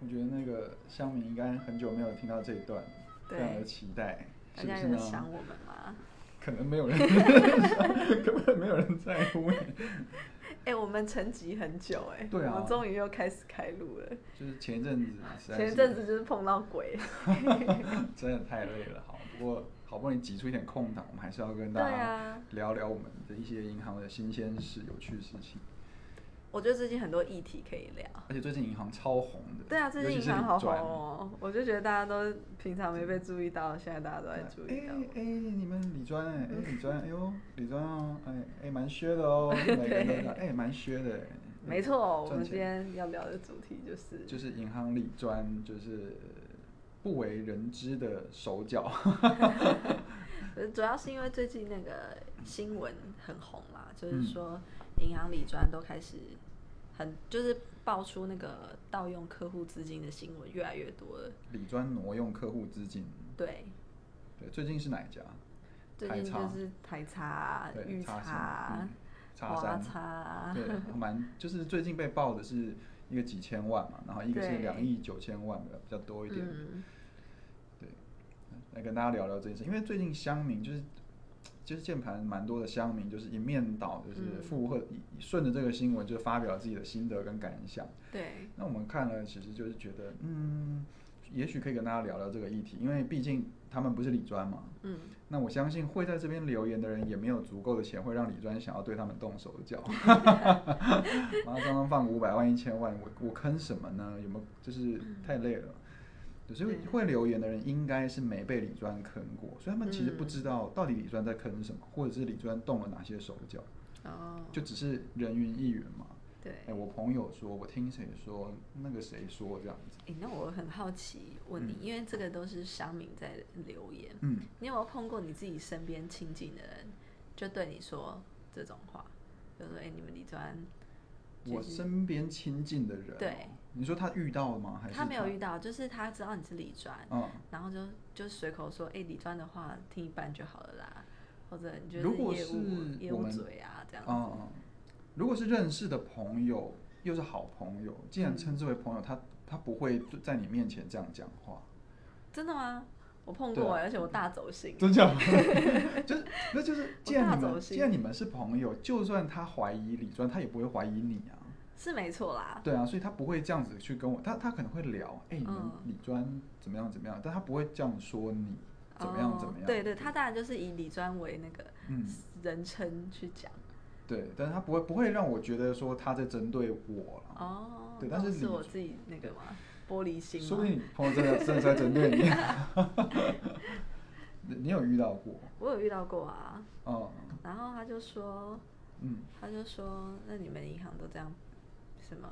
我觉得那个乡民应该很久没有听到这一段，非常的对，期待，大是不家啊是有呢？想我们吗？ 可能没有人 想，根本没有人在乎你。哎、我们沉寂很久哎、对啊我们终于又开始开录了。就是前一阵子实在是，前一阵子就是碰到鬼，真的太累了，好，不过好不容易挤出一点空档，我们还是要跟大对家啊聊聊我们的一些银行的新鲜事、有趣的事情。我觉得最近很多议题可以聊。而且最近银行超红的，啊对啊，最尤近其银是行好你红转哦，我就觉得大家都平常没被注意到，现在大家都在注哎意哎到。、嗯你们理专哎、哎、理专，哎呦，理专哦，哎哎，蛮削的 哦，每个人都讲，哎，蛮削的哎。没错，我赚们今钱天要聊的主题就是就是银行理专，就是不为人知的手脚。呃，主要是因为最近那个新闻很红啦，就是嗯说银行理专都开始很就是爆出那个盗用客户资金的新闻越来越多 了。理专挪用客户资金，对，对，最近是哪一家？最台近差就是台茶、对玉差生啊茶嗯、差华三茶，对，蛮就是最近被爆的是一个几千万嘛，然后一个是对两亿九千万的，比较多一点。嗯，对，来跟大家聊聊这件事，因为最近乡民就是就是键盘蛮多的乡民，就是一面倒，就是嗯附和，一顺着这个新闻就发表自己的心得跟感想。对，那我们看了，其实就是觉得，嗯，也许可以跟大家聊聊这个议题，因为毕竟他们不是理专嘛。嗯，那我相信会在这边留言的人也没有足够的钱，会让李专想要对他们动手脚。 然后刚刚放五百万、一千万，我我坑什么呢？有没有就是太累了？对所以嗯对会留言的人应该是没被李专坑过，所以他们其实不嗯知道到底李专在坑什么，或者是李专动了哪些手脚，哦，就只是人云亦云嘛。对。哎，我朋友说，我听谁说，那个谁说这样子。诶那我很好奇问你，嗯因为这个都是乡民在留言，嗯，你有没有碰过你自己身边亲近的人就对你说这种话，就说哎、诶你们李专，我身边亲近的人、哦，对，你说他遇到了吗？哦还是他没有遇到，啊就是他知道你是李专，嗯。然后就就随口说哎、诶李专的话听一半就好了啦，或者你觉得如果业是务业我务们嘴啊这样子，嗯嗯，如果是认识的朋友，又是好朋友，既嗯然称之为朋友，他他不会在你面前这样讲话，真的吗？我碰对过、欸啊而且我大走心，真 假？就是那就是，既我然大你们走既心然你们是朋友，就算他怀疑李专，他也不会怀疑你啊。是没错啦，对啊，所以他不会这样子去跟我，他他可能会聊，哎、你们嗯李专怎么样怎么样，但他不会这样说你怎么样哦怎么样。对对，他当然就是以李专为那个嗯人称去讲。对，但是他不会不会让我觉得说他在针对我啦。哦，对但那是李是我自己那个嘛，玻璃心啊说不嘛定你朋友真的真的在针对你。 你你有遇到过？我有遇到过啊，哦，然后他就说，嗯，他就说，那你们银行都这样，什么，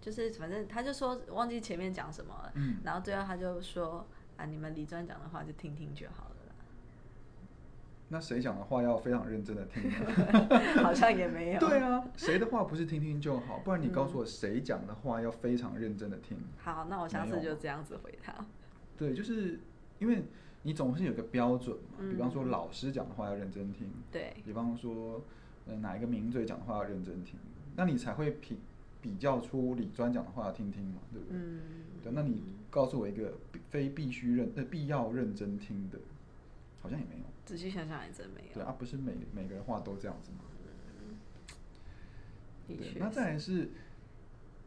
就是反正他就说忘记前面讲什么了，嗯然后最后他就说啊，你们李专讲的话就听听就好了啦，那谁讲的话要非常认真的听呢？ 好像也没有，嗯对，啊，谁的话不是听听就好，不然你告诉我谁讲的话要非常认真的听。好，那我下没次有啊就嘛这样子回他，对，就是因为你总是有个标准嘛，比方说嗯老师讲的话要认真听，对，比方说呃哪一个名嘴讲的话要认真听，那你才会比比较出李专讲的话要听听嘛，对不对？嗯，对，那你告诉我一个必非必须认呃必要认真听的，好像也没有。仔细想想还真没对有，啊，不是每每个人话都这样子吗？的对，确那再是，来是，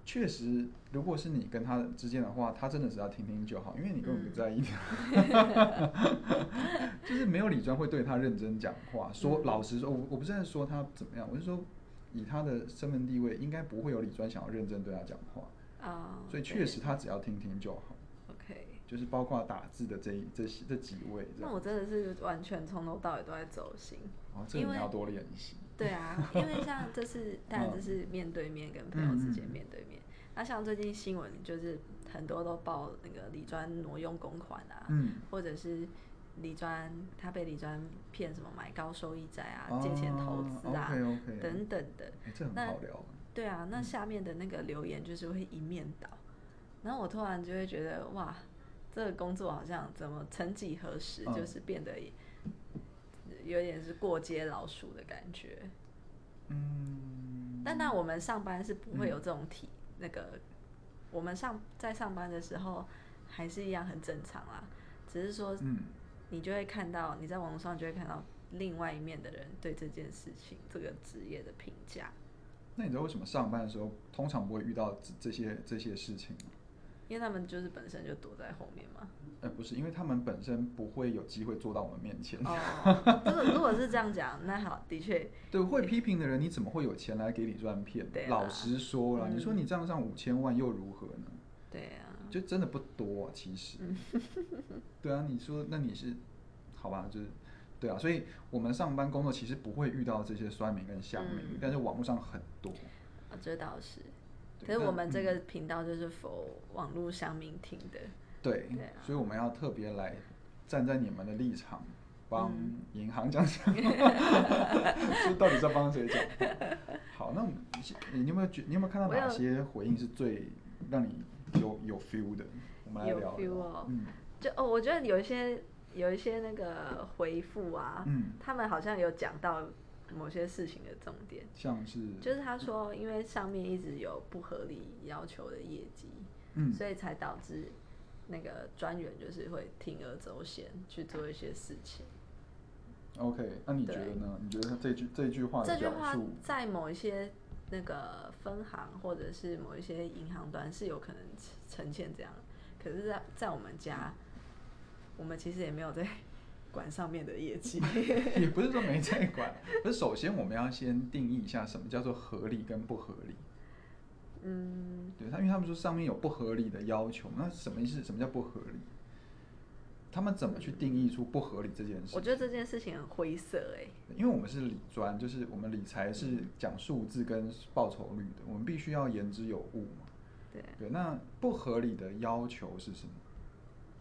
确实，如果是你跟他之间的话，他真的是要听听就好，因为你根本不在意他， 就是没有理专会对他认真讲话，说嗯老实说，我我不是在说他怎么样，我是说以他的身份地位，应该不会有理专想要认真对他讲话，啊，所以对确实他只要听听就好。 ，OK。就是包括打字的这一这些这几位这那样。我真的是完全从头到尾都在走心。哦，这个因你为要多练习。 对啊，因为像这次，当然这是面对面跟朋友之间嗯嗯嗯面对面。那像最近新闻就是很多都报那个李专挪用公款啊，嗯，或者是李专他被李专骗什么买高收益债啊、借钱投资啊 OK OK，等等的。哦哎这很那好聊。对啊，那下面的那个留言就是会一面倒，然后我突然就会觉得哇，这个工作好像怎么曾几何时嗯就是变得也有点是过街老鼠的感觉。嗯，但那我们上班是不会有这种体、那个我们上在上班的时候还是一样很正常啦，只是说嗯，你就会看到你在网络上就会看到另外一面的人对这件事情、这个职业的评价，那你知道为什么上班的时候通常不会遇到这这些这些事情吗？因为他们就是本身就躲在后面 嘛。呃，不是，因为他们本身不会有机会坐到我们面前。 哦，这个如果是这样讲，那好，的确，对，会批评的人，你怎么会有钱来给你赚骗？对啊老实说了，嗯你说你账上五千万又如何呢？对啊，就真的不多、啊，其实。嗯对啊，你说那你是，好吧，就是，对啊，所以我们上班工作其实不会遇到这些酸民跟下民，嗯但是网络上很多。啊这倒是。对可是但我们这嗯个频道就是否网络乡民听的，对，对啊所以我们要特别来站在你们的立场，帮嗯银行讲 讲，这到底在帮谁讲话？好，那我们你你有没有觉？你有没有看到我有哪些回应是最让你有有 feel 的？我们来有聊 feel 聊。哦嗯就哦，我觉得有一些有一些那个回复啊，嗯，他们好像有讲到某些事情的重点，像是就是他说，因为上面一直有不合理要求的业绩，嗯所以才导致那个专员就是会铤而走险去做一些事情。 OK，那你觉对得呢？你觉得他这句这句话这的句表话述，在某一些那个分行或者是某一些银行端是有可能呈现这样，可是在，在我们家，我们其实也没有在 管上面的业绩。 也不是说没在管，可是首先我们要先定义一下什么叫做合理跟不合理。嗯，对他，因为他们说上面有不合理的要求，那什么意思？什么叫不合理？他们怎么去定义出不合理这件事？我觉得这件事情很灰色哎、因为我们是理专，就是我们理财是讲数字跟报酬率的，我们必须要言之有物嘛。对，对，那不合理的要求是什么？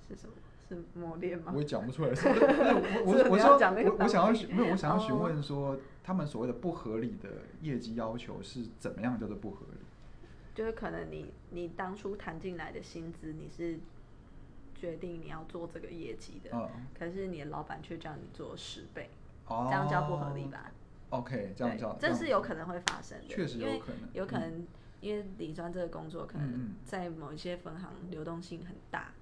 是什么？是磨练吗我？也讲不 出来。是不是不是我我是我你要说讲那个我我想要东询没有，我想要询哦问说，他们所谓的不合理的业绩要求是怎么样叫做不合理？就是可能你你当初谈进来的薪资，你是决定你要做这个业绩的，嗯可是你的老板却叫你做十倍，哦，这样叫不合理吧？ ？OK，这样对叫这样是有可能会发生的，确实因为有可能有可能因为理专这个工作可嗯能嗯在某一些分行流动性很大，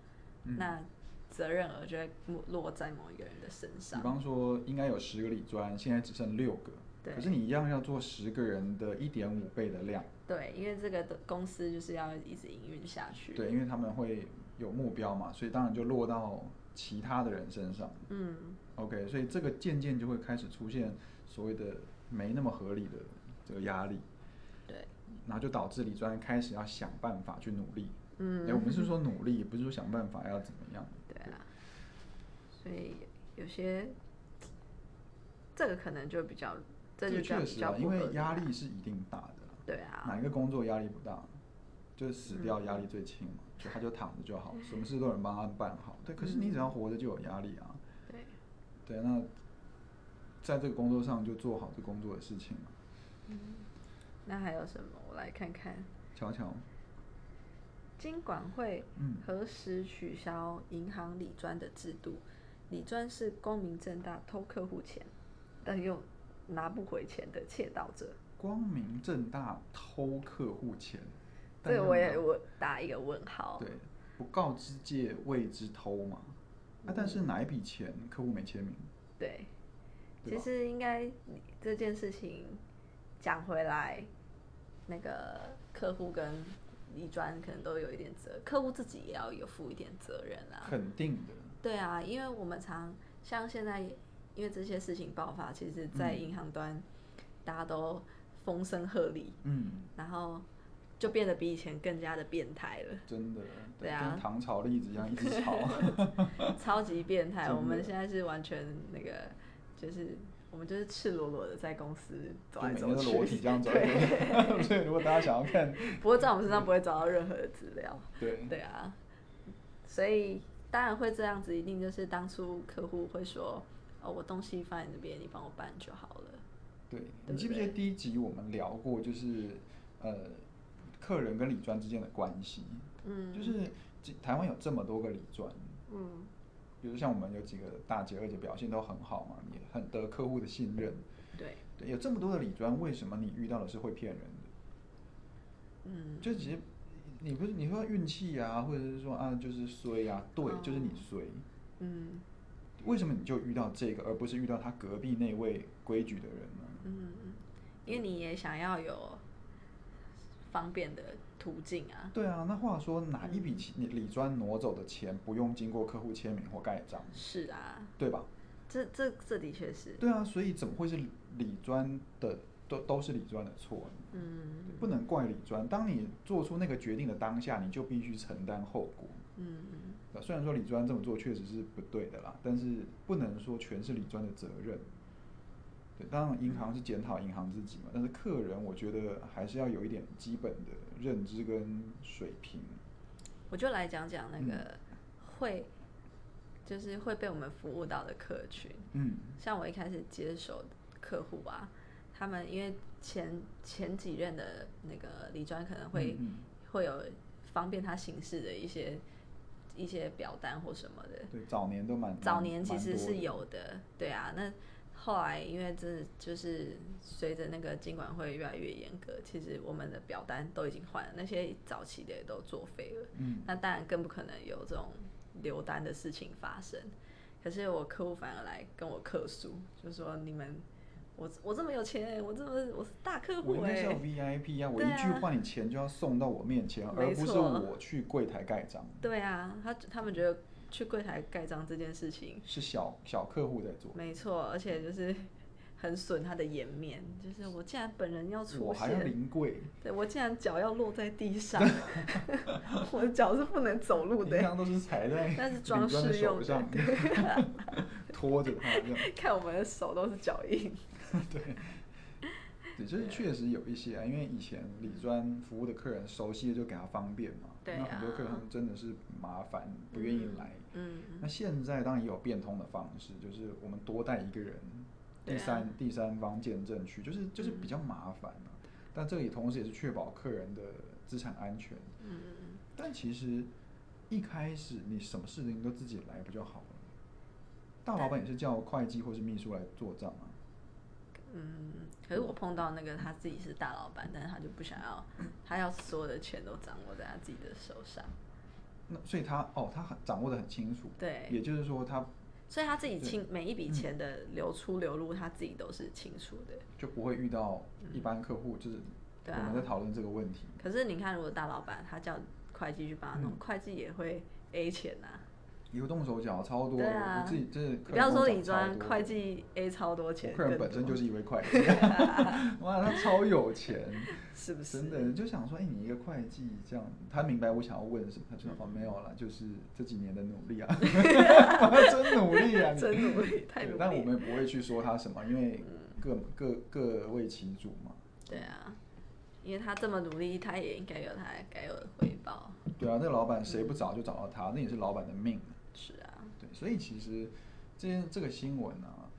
嗯那责任额就会落落在某一个人的身比上，方说，应该有十个理专，现在只剩六个，对可是你一样要做十个人的一点五倍的量，对，因为这个的公司就是要一直营运下去，对，因为他们会有目标嘛，所以当然就落到其他的人身上。嗯， OK，所以这个渐渐就会开始出现所谓的没那么合理的这个压力，对，然后就导致理专开始要想办法去努力。嗯哎诶我们是说努力，不是说想办法要怎么样。对啊，所以有些这个可能就比较，这个就确比实较啊，不因合为理压啦力，是一定大的啦。对哪啊，嗯一个工作压力不大？就是死掉压力最轻嘛，就他就躺着就好，什么事都有人帮他办好。对，可是你只要活着就有压力啊。嗯对，对，那在这个工作上就做好这工作的事情嘛。那还有什么？我来看看。瞧瞧，金管会嗯何时取消银行理专的制度？理专是光明正大偷客户钱，但又拿不回钱的窃盗者。光明正大偷客户钱，这个但我又也没有我打一个问号对。，不告知界谓之偷嘛。嗯啊，但是哪一笔钱客户没签名？对，对其吧实应该你这件事情讲回来，那个客户跟理专可能都有一点责，客户自己也要有负一点责任啊。肯定的，对啊，因为我们常像现在，因为这些事情爆发，其实，在嗯银行端、大家都风声鹤唳，嗯，然后就变得比以前更加的变态真的，对啊跟唐朝栗子一 样一直炒。 了，超级变态。真的我们现在是完全那个，就是我们就是赤裸裸的在公司走就来每走天都裸体去，这样走。 所以如果大家想要看， 不过在我们身上不会找到任何的资料。对，对啊，所以当然会这样子，一定就是当初客户会说，哦，我东西放在你那边，你帮我办就好了。对，对你不记不记得第一集我们聊过，就是呃，客人跟理专之间的关系，嗯，就是这台湾有这么多个理专，嗯，比如像我们有几个大姐、二姐表现都很好嘛，也很得客户的信任，对，对，有这么多的理专，为什么你遇到的是会骗人的？嗯，就其实你不是你说运气啊，或者是说啊就是衰啊，对，哦就是你衰。嗯为什么你就遇到这个，而不是遇到他隔壁那位规矩的人呢？嗯，因为你也想要有方便的途径啊。对啊，那话说哪一笔钱，你理专挪走的钱不用经过客户签名或盖章，是啊，对吧？这这这的确是。对啊，所以怎么会是理专的都都是理专的错呢？嗯不能怪理专。当你做出那个决定的当下，你就必须承担后果。嗯呃虽然说理专这么做确实是不对的啦，但是不能说全是理专的责任。对，当然银行是检讨银行自己嘛，但是客人我觉得还是要有一点基本的认知跟水平。我就来讲讲那个会，就是会被我们服务到的客群。嗯像我一开始接手客户啊，他们因为前前几任的那个理专可能会、嗯会有方便他行事的一些一些表单或什么的，对，早年都蛮早年其实是，蛮蛮多有的，对啊，那后来因为这就是随着那个监管会越来越严格，其实我们的表单都已经换了，那些早期的也都作废了的，嗯那当然更不可能有这种留单的事情发生。可是我客户反而来跟我客诉，就说你们我我这么有钱，我这么我是大客我户应哎、该是要 VIP 啊，我一对啊句话你钱就要送到我面前，而没不是错我去柜台盖章，对啊，他他们觉得去柜台盖章这件事情是小小客户在做。没错，而且就是 很损他的颜面，就是我竟然本人要出我还要现，临柜，对我竟然脚要落在地上， 我的脚是不能走路平的，常都是踩 在那是李装专的饰用手的上， 拖着它这样。看我们的手都是脚印。对，就是确实有一些啊，因为以前理专服务的客人熟悉的就给他方便嘛，对那很多啊客人真的是麻烦，不愿意来。嗯，那现在当然也有变通的方式，就是我们多带一个人，第对啊嗯三、第三方见证去，就是就是比较麻烦啊。但这里同时也是确保客人的资产安全。嗯但其实一开始你什么事情都自己来不就好了？大老板也是叫会计或是秘书来做账啊。嗯，可是我碰到那个他自己是大老板，但是他就不 想要，他要所有的钱都掌握在他自己的手上，那所以他哦，他很掌握的很清楚。对也就是说他所以他自己对嗯清每一笔钱的流出流入，他自己都是清楚的。就不会遇到一般客户，就是嗯对我啊们在讨论这个问题。可是你看，如果大老板他叫会计去帮他弄，嗯会计也会 A 钱呐、有动手脚超多的，对啊我自己真的你客人不要跟我说讲理超专多会的计 A 超多钱我客更多，人本身就是一位 会计，哇，他超有钱，是不真是？的就想说，哎、你一个会计这样，他明白我想要问什么，他就说哦嗯没有啦，就是这几年的努力 啊，真努力啊，你真努力，太对努力。嗯但我们也不会去说他什么，因为各各各为其主嘛。对啊，因为他这么努力，他也应该有他该有的回报。对啊，那个老嗯板谁不找就找到他，那也是老板的命啊。是啊，对，所以其实这件这个新闻呢、啊，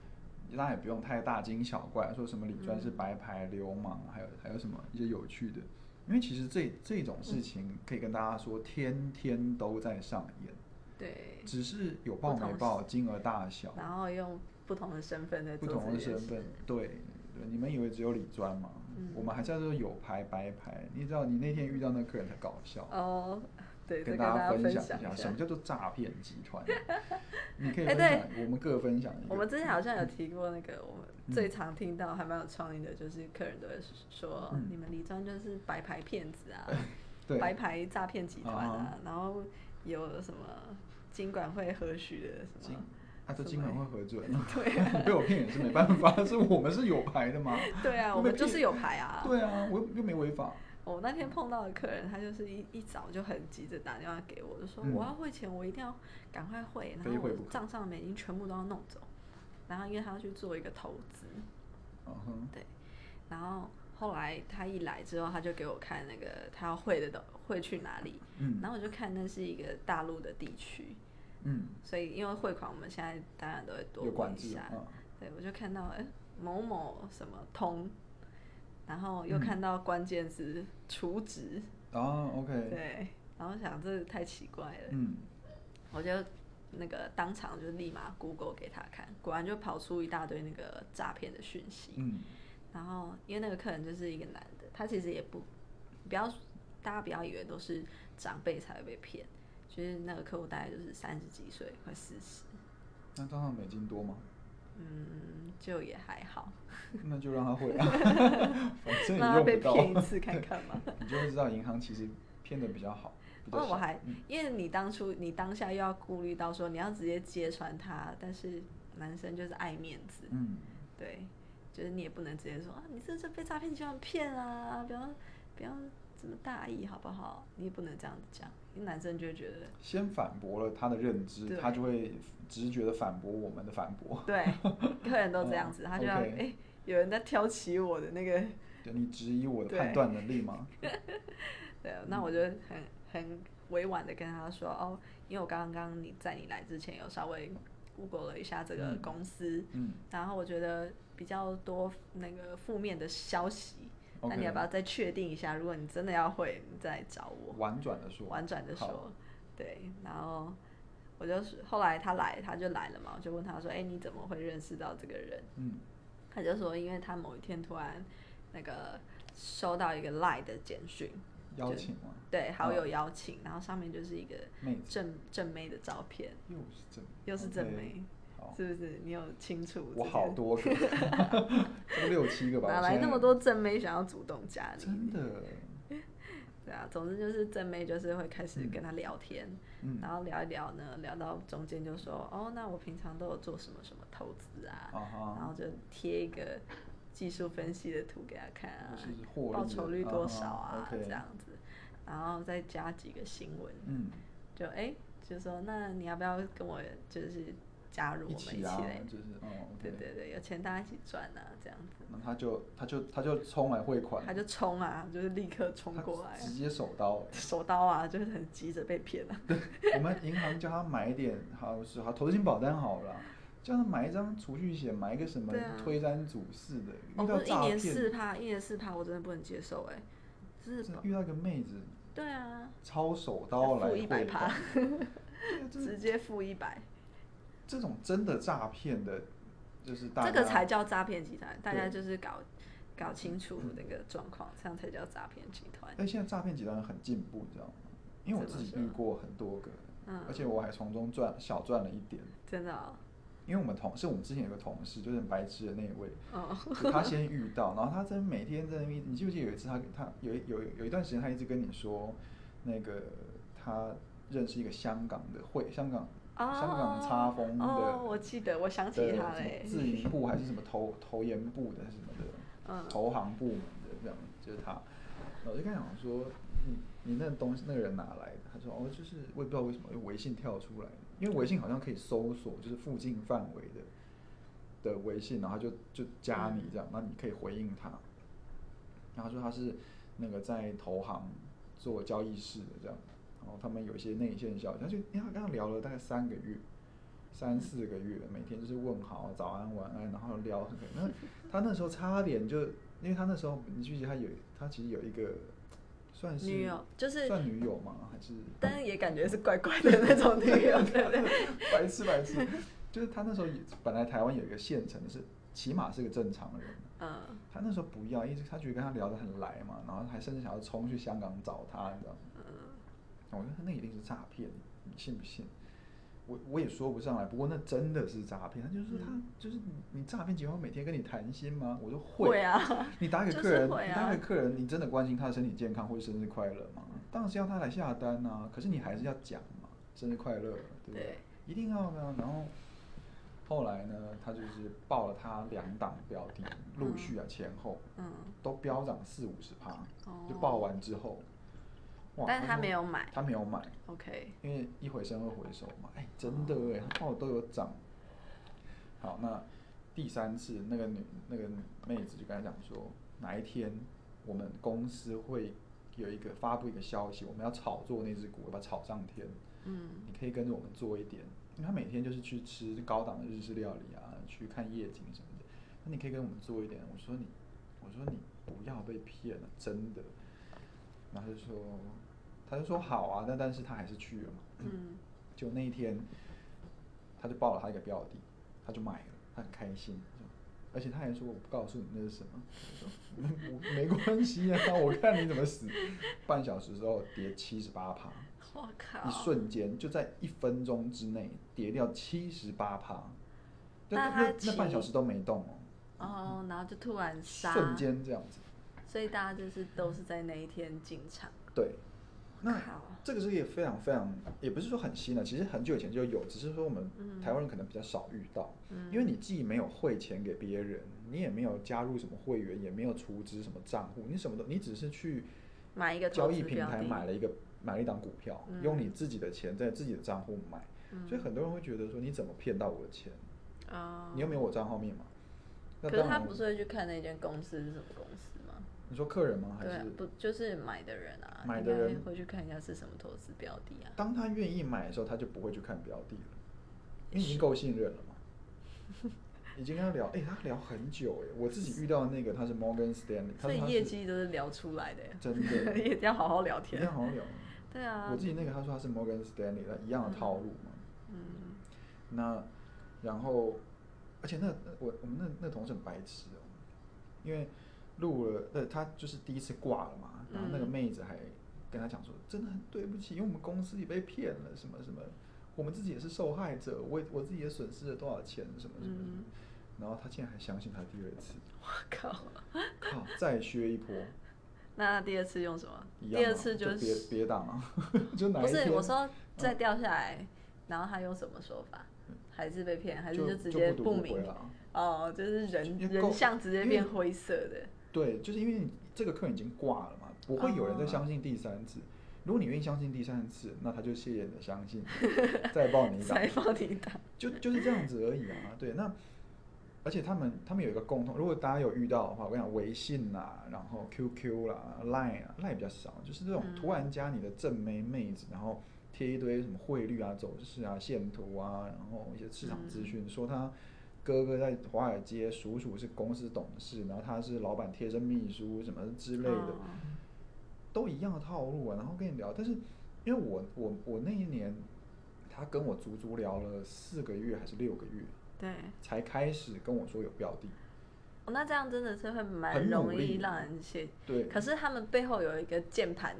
大家也不用太大惊小怪，说什么李专嗯是白牌流氓，还有还有什么一些有趣的，因为其实这这种嗯事情可以跟大家说，天天都在上演，对。只是有报没报，金额大小，然后用不同的身份在不做同这的件身事嗯份，对。对你们以为只有李专吗？我们还叫做有牌白牌。你知道，你那天遇到那客人才搞笑。哦，对，这跟跟大大家分分享一下什么叫做诈骗集团。啊 你可以哎分享，我们各分享一我个。们之前好像有提过那个，我们最常听到还蛮有创意的，就是客人都会说、嗯哎你们李专就是白牌骗子啊，对白牌诈骗集团啊啊，然后有什么金管会核许的什金么，啊，这什金管会么核准，对你 被我骗也是没办 法，是我们是有牌的嘛。对啊，会我被们就骗是有牌啊。对啊，我又又没违法。我那天碰到的客人，他就是一一早就很急着打电话给我，就说嗯我要汇钱，我一定要赶快汇，然非后汇我不可账上的美金全部都要弄走。然后因为他要去做一个投资，嗯哼，然后后来他一来之后，他就给我看那个他要汇的都汇去哪里，嗯然后我就看那是一个大陆的地区，嗯，所以因为汇款我们现在当然都会多有管问一制下啊，。嗯对，我就看到哎、诶某某什么通，然后嗯又看到关键字储值，啊，OK，对，然后想这太奇怪了，嗯，我就那个当场就立马 Google 给他看，果然就跑出一大堆那个诈骗的讯息。嗯然后因为那个客人就是一个男的，他其实也不不要大家不要以为都是长辈才会被骗，就是那个客户大概就是三十几岁，快四十，那账上美金多 吗？嗯，就也还好，那就让他会 啊，反正让他也被用不到，骗一次看看嘛。你就会知道银行其实骗的比较好。比较哦那我少还嗯，因为你当初你当下又要顾虑到说你要直接揭穿他，但是男生就是爱面子，嗯，对，就是你也不能直接说啊，你这这被诈骗集团骗啊，不要不要这么大意好不好？你也不能这样子讲，因为男生就会觉得先反驳了他的认知，对他就会直觉的反驳我们的反驳。对，客人都这样子，哦他就要哎、 OK 诶有人在挑起我的那个，对你质疑我的对判断能力吗？对，那我就嗯很很委婉的跟他说哦，因为我刚刚你在你来之前有稍微 Google 了一下这个嗯公司，嗯然后我觉得比较多那个负面的消息。那 OK 你要不要再确定一下？如果你真的要会，你再来找我。婉转的说，婉转的好说，对，然后我就是后来他来，他就来了嘛，我就问他说，哎、你怎么会认识到这个人？嗯他就说，因为他某一天突然那个收到一个 Line 的简讯，邀就请吗？对，好哦友邀请，然后上面就是一个妹子正正妹的照片，又是正，又是正 OK，妹好，是不是？你有清楚？我好，多 个，这个六七个吧，哪我来现那在么？多正妹想要主动加你？真的，对啊，总之就是正妹就是会开始跟他聊天，嗯然后聊一聊呢，聊到中间就说，哦，那我平常都有做什么什么投资啊，啊哈然后就贴一个技术分析的图给他看啊就是获，利报酬率的多啊少啊， ，OK 这样子，然后再加几个新闻，嗯，就哎、就说那你要不要跟我就是加入我一们一起啊来，，就是哦对，OK，对对，有钱大家一起赚啊，这样子，那他就他就他就冲来汇款，他就冲啊，就是立刻冲他过来啊，直接手刀。手刀啊，就是很急着被骗啊。我们银行叫他买一点，好是好投资型保单好了啦，叫他买一张储蓄险，买一个什么对啊推单组式的，哦，遇不到是一诈年骗，四趴，一年四趴，我真的不能接受哎、就是真的遇到一个妹子对啊，抄手刀来付汇一百款， 趴，对啊这直接付一百， 这种真的诈骗的，就是大这个家才叫诈骗集团。大家对就是搞搞清楚那个状况，这样才叫诈骗集团。但现在诈骗集团很进步，你知道吗？因为我怎自么己说啊遇过很多个，嗯而且我还从中赚小赚了一点。真的哦，因为我们同是我们之前有个同事，就是很白痴的那一位，哦，就他先遇到，然后他真每天在那边，你记不记得有一次他他有一有一有一段时间他一直跟你说，那个他认识一个香港的会香港、香港插风的，哦，我记得，我想起的他欸什么自嘞，营部还是什么投投研部的什么的，嗯投行部门的这样，就是他。然后我就跟他讲说，你你那东西那个人哪来的？他说哦，就是我也不知道为什么，因为微信跳出来的，因为微信好像可以搜索就是附近范围的的微信，然后他就就加你这样，那你可以回应他。然后他说他是那个在投行做交易室的这样，然后他们有一些内线消息，他就因为他跟他聊了大概三个月，三四个月，每天就是问好、早安、晚安，然后聊很那他那时候差点就，因为他那时候你记不记得他有他其实有一个算是女友就是算女友吗？还是但是也感觉是怪怪的那种女友，对不对？白痴白痴，就是他那时候也本来台湾有一个县城是起码是个正常人，嗯他那时候不要，一直他觉得跟他聊得很来嘛，然后还甚至想要冲去香港找他，你知道吗？嗯，我觉得那一定是诈骗，你信不信？我我也说不上来，不过那真的是诈骗。他就是他、嗯就是你你诈骗集团每天跟你谈心吗？我说会啊你打给就客是人，会你打啊给客人，你真的关心他的身体健康或者生日快乐吗？当然是要他来下单啊，可是你还是要讲嘛，生日快乐，对不对？对一定要呢。然后后来呢，他就是报了他两档标的，陆续啊前后嗯，都飙涨四五十趴，就哦报完之后，哇！但是他说没有买他没有买， ，OK，因为一回生二回熟嘛。哎、真的哎，他报的都有涨。好，那第三次那个女那个妹子就跟他讲说，哪一天我们公司会有一个发布一个消息，我们要炒作那只股，要把它炒上天。嗯你可以跟着我们做一点，因为他每天就是去吃高档的日式料理啊，去看夜景什么的。那你可以跟我们做一点。我说你，我说你不要被骗了，真的。然后他就说，他就说好啊，但但是他还是去了嘛。嗯，就那一天，他就报了他一个标的，他就买了，他很开心。他说而且他还说我不告诉你那是什么，我说嗯我没关系啊，我看你怎么死。半小时之后跌七十八趴，我靠，一瞬间就在一分钟之内跌掉七十八趴，那但他那那起半小时都没动哦，哦，然后就突然杀，瞬，间这样子。所以大家就是都是在那一天进场。对，那靠这个是也非常非常，也不是说很新的，其实很久以前就有，只是说我们嗯台湾人可能比较少遇到，嗯因为你既没有汇钱给别人，你也没有加入什么会员，也没有储值什么账户，你什么都，你只是去买一个投交资易平标台的买了一个买了一档股票，嗯用你自己的钱在自己的账户买，嗯所以很多人会觉得说你怎么骗到我的钱？哦，你又没有我账号密码？那可是当他然不，是会去看那间公司是什么公司吗？你说客人吗？哦还对啊是，不就是买的人啊，买应的该人会去看一下是什么投资标的啊。当他愿意买的时候，他就不会去看标的了，因为已经是够信任了嘛。已经跟他聊，哎、他聊很久哎、我自己遇到的那个他是 Morgan Stanley，他所说以他业是绩都啊是聊出来的耶，真 的也要好好聊一天样。好像聊。对啊，我自己那个他说他是 Morgan Stanley，那一样的套路嘛。嗯，那然后，而且那我我们那那同事很白痴哦，因为录了，呃，他就是第一次挂了嘛，然后那个嗯妹子还跟他讲说，真的很对不起，因为我们公司也被骗了，什么什么，我们自己也是受害者，我也我自己也损失了多少钱，什么什么什么嗯，然后他竟然还相信他第二次，我靠，靠，再削一 波。那第二次用什么？一样第二嘛次就就是别别打嘛， 就哪一不是天嗯我说再掉下来，然后他用什么说法？还是被骗，还是就直接不读不明回了啊？哦，就是人因为够人像直接因为变灰色的。对，就是因为你这个客人已经挂了嘛，不会有人再哦相信第三次。如果你愿意相信第三次，那他就谢谢你的相信，再抱你一把才，放你打。 就就是这样子而已啊。对，那而且他们他们有一个共同，如果大家有遇到的话，我想微信啦，然后 QQ 啦、Line 啊，Line 比较少，就是这种嗯突然加你的正妹妹子，然后贴一堆什么汇率啊、走势啊、线图啊，然后一些市场资嗯讯，说他哥哥在华尔街，叔叔是公司董事，然后他是老板贴身秘书什么之类的。哦都一样的套路啊，然后跟你聊，但是因为我我我那一年，他跟我足足聊了四个月还是六个月，对，才开始跟我说有标的，哦，那这样真的是会蛮很努容易力让人写。对可是他们背后有一个键盘，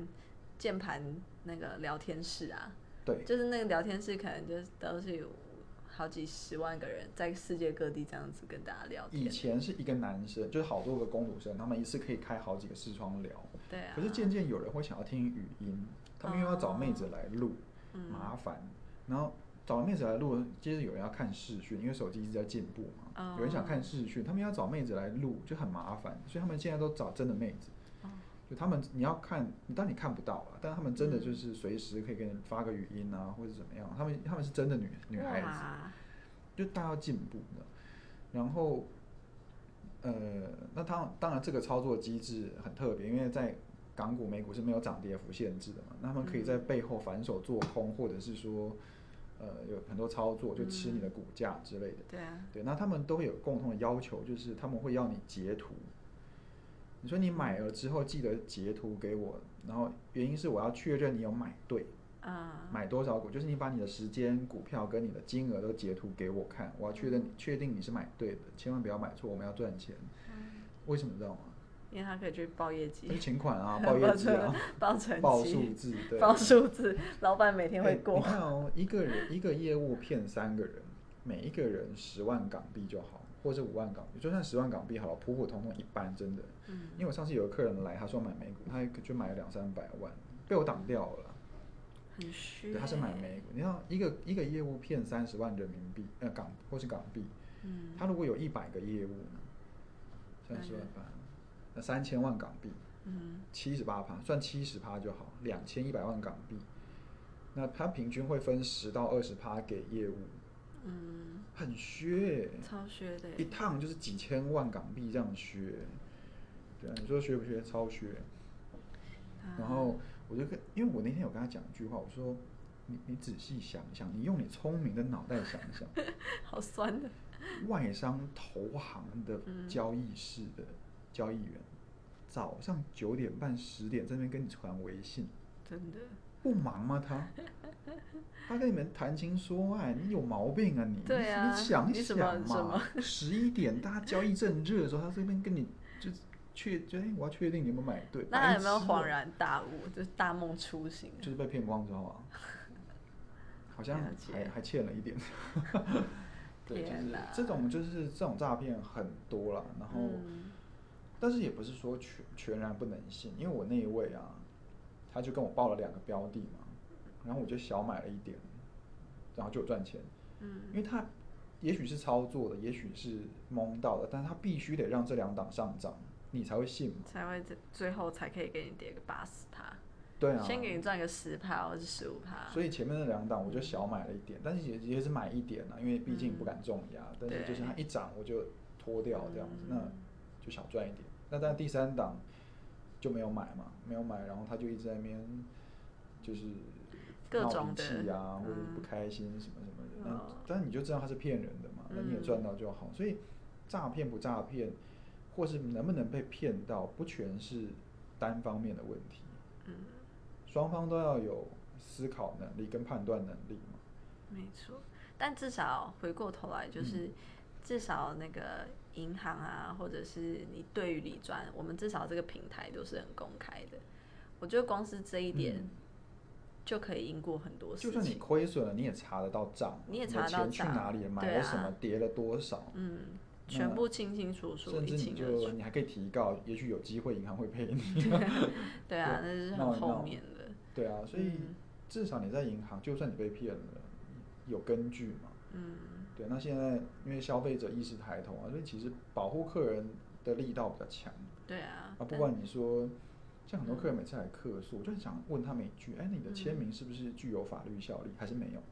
键盘那个聊天室啊，对，就是那个聊天室可能就是都是有好几十万个人在世界各地这样子跟大家聊以天。前是一个男生，就是好多个公主生，他们一次可以开好几个视窗聊，对啊。可是渐渐有人会想要听语音，他们又要找妹子来录，嗯麻烦，然后。找妹子来录，接着有人要看视讯，因为手机一直在进步嘛。哦有人想看视讯，他们要找妹子来录就很麻烦，所以他们现在都找真的妹子。哦就他们你要看，但你看不到了，但他们真的嗯就是随时可以给你发个语音啊，或者怎么样，他们他们是真的女女孩子，哇就大家要进步的。然后，呃，那当当然这个操作机制很特别，因为在港股、美股是没有涨跌幅限制的嘛，那他们可以在背后反手做空，或者是说，呃，有很多操作就吃你的股价之类的。对啊，对，那他们都会有共同的要求，就是他们会要你截图。你说你买了之后记得截图给我，然后原因是我要确认你有买对，啊、买多少股，就是你把你的时间、股票跟你的金额都截图给我看，我要确认确定你是买对的，千万不要买错，我们要赚钱。嗯，为什么你知道吗？因为他可以去报业 这是绩，请款啊， 报业绩啊， 报成绩，报数字，对，报数字， 老板每天哎会过你。看哦，一个人一个业务骗三个人，每一个人十万港币就好，或是五万港币，就算十万港币好了，普普通通一般真的。嗯因为我上次有个客人来，他说买美股，他就买了两三百万，被我挡掉了啦。很虚、对，他是买美股。你看一个一个业务骗三十万人民币，呃港或是港币，嗯，他如果有一百个业务呢，三那十就万吧，那三千万港币，嗯，七十八趴，算七十趴就好，两千一百万港币。那他平均会分十到二十趴给业务，嗯，很削欸、超削的耶，一趟就是几千万港币这样削。对啊，你说削不削？超削。啊然后我就跟，因为我那天有跟他讲一句话，我说你你仔细想一想，你用你聪明的脑袋想一想， 好酸的，外商投行的嗯交易室的交易员，早上九点半十点在那边跟你传微信，真的，不忙吗？ 他他跟你们谈情说爱，你有毛病啊你！对啊你想你什想么什嘛，十一点大家交易正热的时候，他这边跟你就确就哎，我要确定你有没有买对， 那白他有没有痴恍哦？然大悟，就是大梦初醒？就是被骗光之后啊，好像了还解还欠了一点。 对，就天是哪这种就是这种诈骗很多啦，然后、嗯但是也不是说全全然不能信，因为我那一位啊，他就跟我报了两个标的嘛，然后我就小买了一点，然后就有赚钱，因为嗯，他也许是操作的，也许是蒙到的，但他必须得让这两档上涨，你才会信嘛。才会最最后才可以给你跌个八十趴。对啊，先给你赚个十趴或是十五趴。所以前面那两档我就小买了一点，但是也也是买一点啊，因为毕竟不敢重压，但是就是它一涨我就脱掉这样子，那嗯就小赚一点。那但第三档就没有买嘛，没有买，然后他就一直在那边就是各闹种脾的气啊，或者是不嗯开心什么什么的。那哦但你就知道他是骗人的嘛，那你也嗯赚到就好。所以诈骗不诈骗，或是能不能被骗到，不全是单方面的问题。嗯，双方都要有思考能力跟判断能力嘛。没错。但至少回过头来，就是、嗯至少那个银行啊，或者是你对于理专，我们至少这个平台都是很公开的。我觉得光是这一点、嗯就可以赢过很多就事算你情。亏损了，你也查得到账，你也的查得到钱去账哪里了，买对了啊什么，跌了多少，嗯，那全部清清楚楚，甚一至你清二就楚。你还可以提告，也许有机会银行会赔你。对啊，那是闹一很闹后面的。对啊，所以嗯至少你在银行，就算你被骗了，有根据嘛。嗯，对，那现在因为消费者意识抬头啊，所以其实保护客人的力道比较强对啊啊。。不但管你说，像很多客人每次来客诉，我就很想问他们一句：哎，你的签嗯名是不是具有法律效力，还是没有？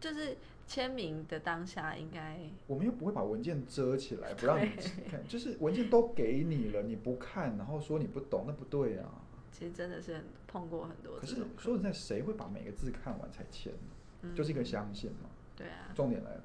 就是签名的当下应该我们又不会把文件遮起来，不让你看，就是文件都给你了，你不看，然后说你不懂，那不对啊。其实真的是很碰过很多可这是种客说实在，谁会把每个字看完才签呢？嗯就是一个相信嘛。对啊，重点来了，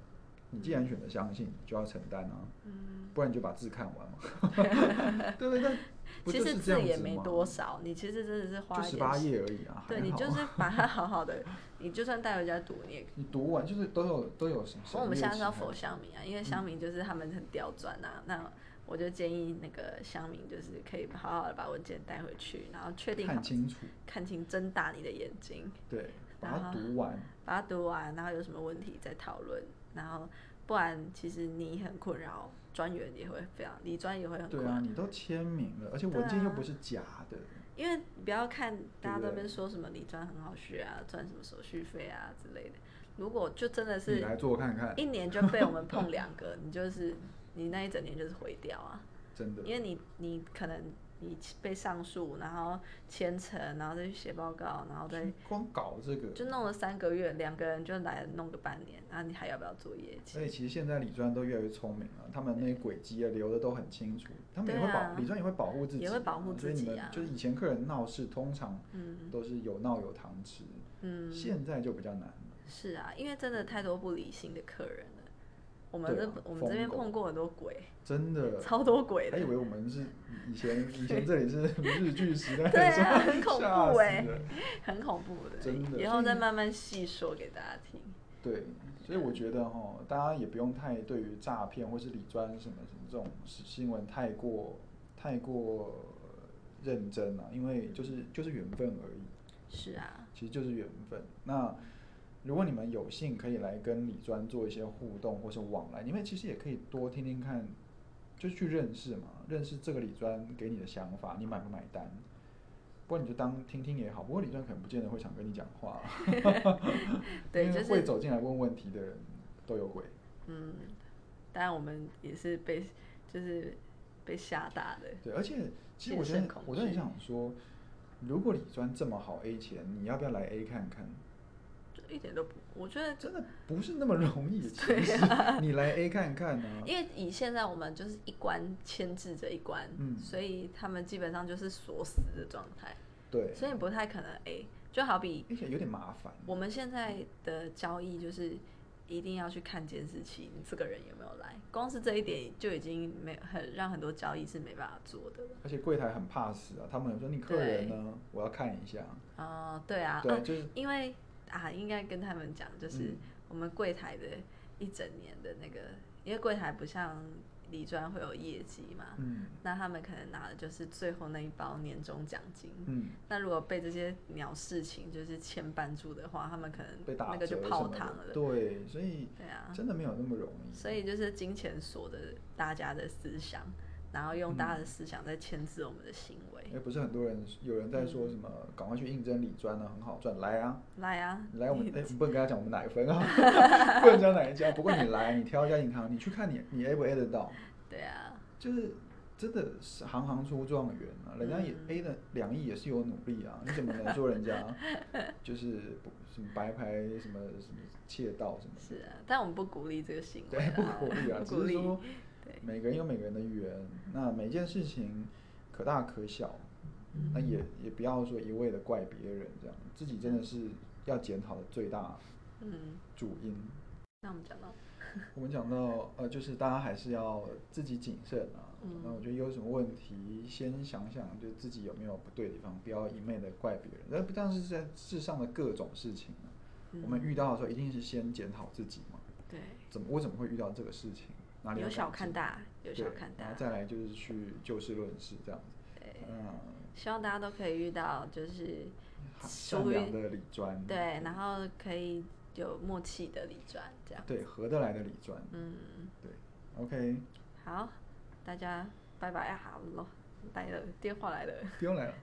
你既然选择相信，你就要承担啊，嗯，不然你就把字看完 嘛。对不对？但不其就实是这样字也子没吗多，少，你其实真的是花就一十点八时，页而已啊，还对你好就啊是把它好 好的，你就算带回家读，你也。你读完就是都有都有什么？不过我们现在是要否相。乡民啊，因为嗯乡民就是他们很刁钻啊，那我就建议那个乡民就是可以好好的把文件带回去，然后确定他看们清楚，看清，睁大你的眼睛，对，把然它后读完，把它读完，然后有什么问题再讨论，然后不然其实你很困扰，专员也会非常，你专也会很困对扰啊，。你都签名了，而且对文件又啊不是假的，因为你不要看大家对不对都边说什么理专很好学啊，赚什么手续费啊之类的。如果就真的你是来做看看一，年就被我们碰两个，你就是你那一整年就是毁掉啊，真的。因为你你可能你被上诉，然后签呈，然后再去写报告，然后再光搞这个，就弄了三个月，两个人就来弄个半年，然后你还要不要做业绩？而且其实现在理专都越来越聪明了，他们那些轨迹啊留的都很清楚，他们也会保、对啊理专也会保护自己嘛，也会保护自己啊所以你们就是以前客人闹事，通常嗯都是有闹有糖吃，嗯，现在就比较难了。是啊，因为真的太多不理性的客人了。我们对这、啊我们这边疯狗碰过很多鬼，真的，超多鬼的还以。为我们是以前以前这里是日剧时代， 对 啊很恐怖吓死欸人很恐怖的，真的以后所再以慢慢细说给大家听。对，所以我觉得哈，大家也不用太对于诈骗或是理专什么什么这种新闻太过太过认真了、因为就是就是缘分而已。是啊，其实就是缘分。那如果你们有幸可以来跟李专做一些互动或是往来，你们其实也可以多听听看，就是去认识嘛，认识这个李专给你的想法，你买不买单？不然你就当听听也好。不过李专可能不见得会想跟你讲话， 对因为就是会走进来问问题的人都有鬼。嗯，当然我们也是被就是被吓大的，对，而且其实谨我觉得慎恐，我真的惧想说，如果李专这么好 A 钱，你要不要来 A 看看？就一点都不，我觉得真的不是那么容 易，其实、啊你来 A 看看呢、因为以现在我们就是一关牵制着一关，嗯所以他们基本上就是锁死的状态，对，所以不太可能 A。就好比而且有点麻烦。我们现在的交易就是一定要去看监视器，你这个人有没有来？光是这一点就已经没很让很多交易是没办法做的了。而且柜台很怕死啊，他们有说你客人呢，我要看一下。哦、对啊，对啊就是因为啊，应该跟他们讲，就是嗯我们柜台的一整年的那个，因为柜台不像理专会有业绩嘛，嗯那他们可能拿的就是最后那一包年终奖金。嗯，那如果被这些鸟事情就是牵绊住的话，他们可能被打那个折就什泡么汤的。了。对，所以对啊，真的没有那么容易。所以就是金钱锁着大家的思想，然后用大家的思想在牵制我们的行为。也不是很多人有人在嗯说什么，赶快去应征理专啊，很好赚，来啊！来啊，你来我们你哎、我们不能跟他讲我们哪一分 啊，不能讲哪一家。不过你来，你挑一家银行，你去看你你 A 不 A 得到，对啊，就是真的是行行出状元啊，人家也嗯 A 的两亿也是有努力啊，你怎么能说人 家就是不什么白牌什么什么窃盗什么的？是啊，但我们不鼓励这个行 为对，啊，不鼓励啊，不只鼓是励说对每个人有每个人的缘，那每件事情可大可小，嗯那也也不要说一味的怪别人这样，自己真的是要检讨的最大嗯，主因。那我们讲到， 我们讲到呃，就是大家还是要自己谨慎啊。嗯那我觉得有什么问题，先想想就自己有没有不对的地方，不要一昧的怪别人。那不但是在世上的各种事情啊、我们嗯遇到的时候一定是先检讨自己嘛，对，怎么我怎么会遇到这个事情？哪里有要小改看进大，有小对看然大后，再来就是去就事论事这样子。对，嗯，希望大家都可以遇到就是善属于良的理专，对，然后可以有默契的理专这样，对合得来的理专，嗯，对，OK， 好，大家拜拜啊，好了，来了，电话来了。不用来了。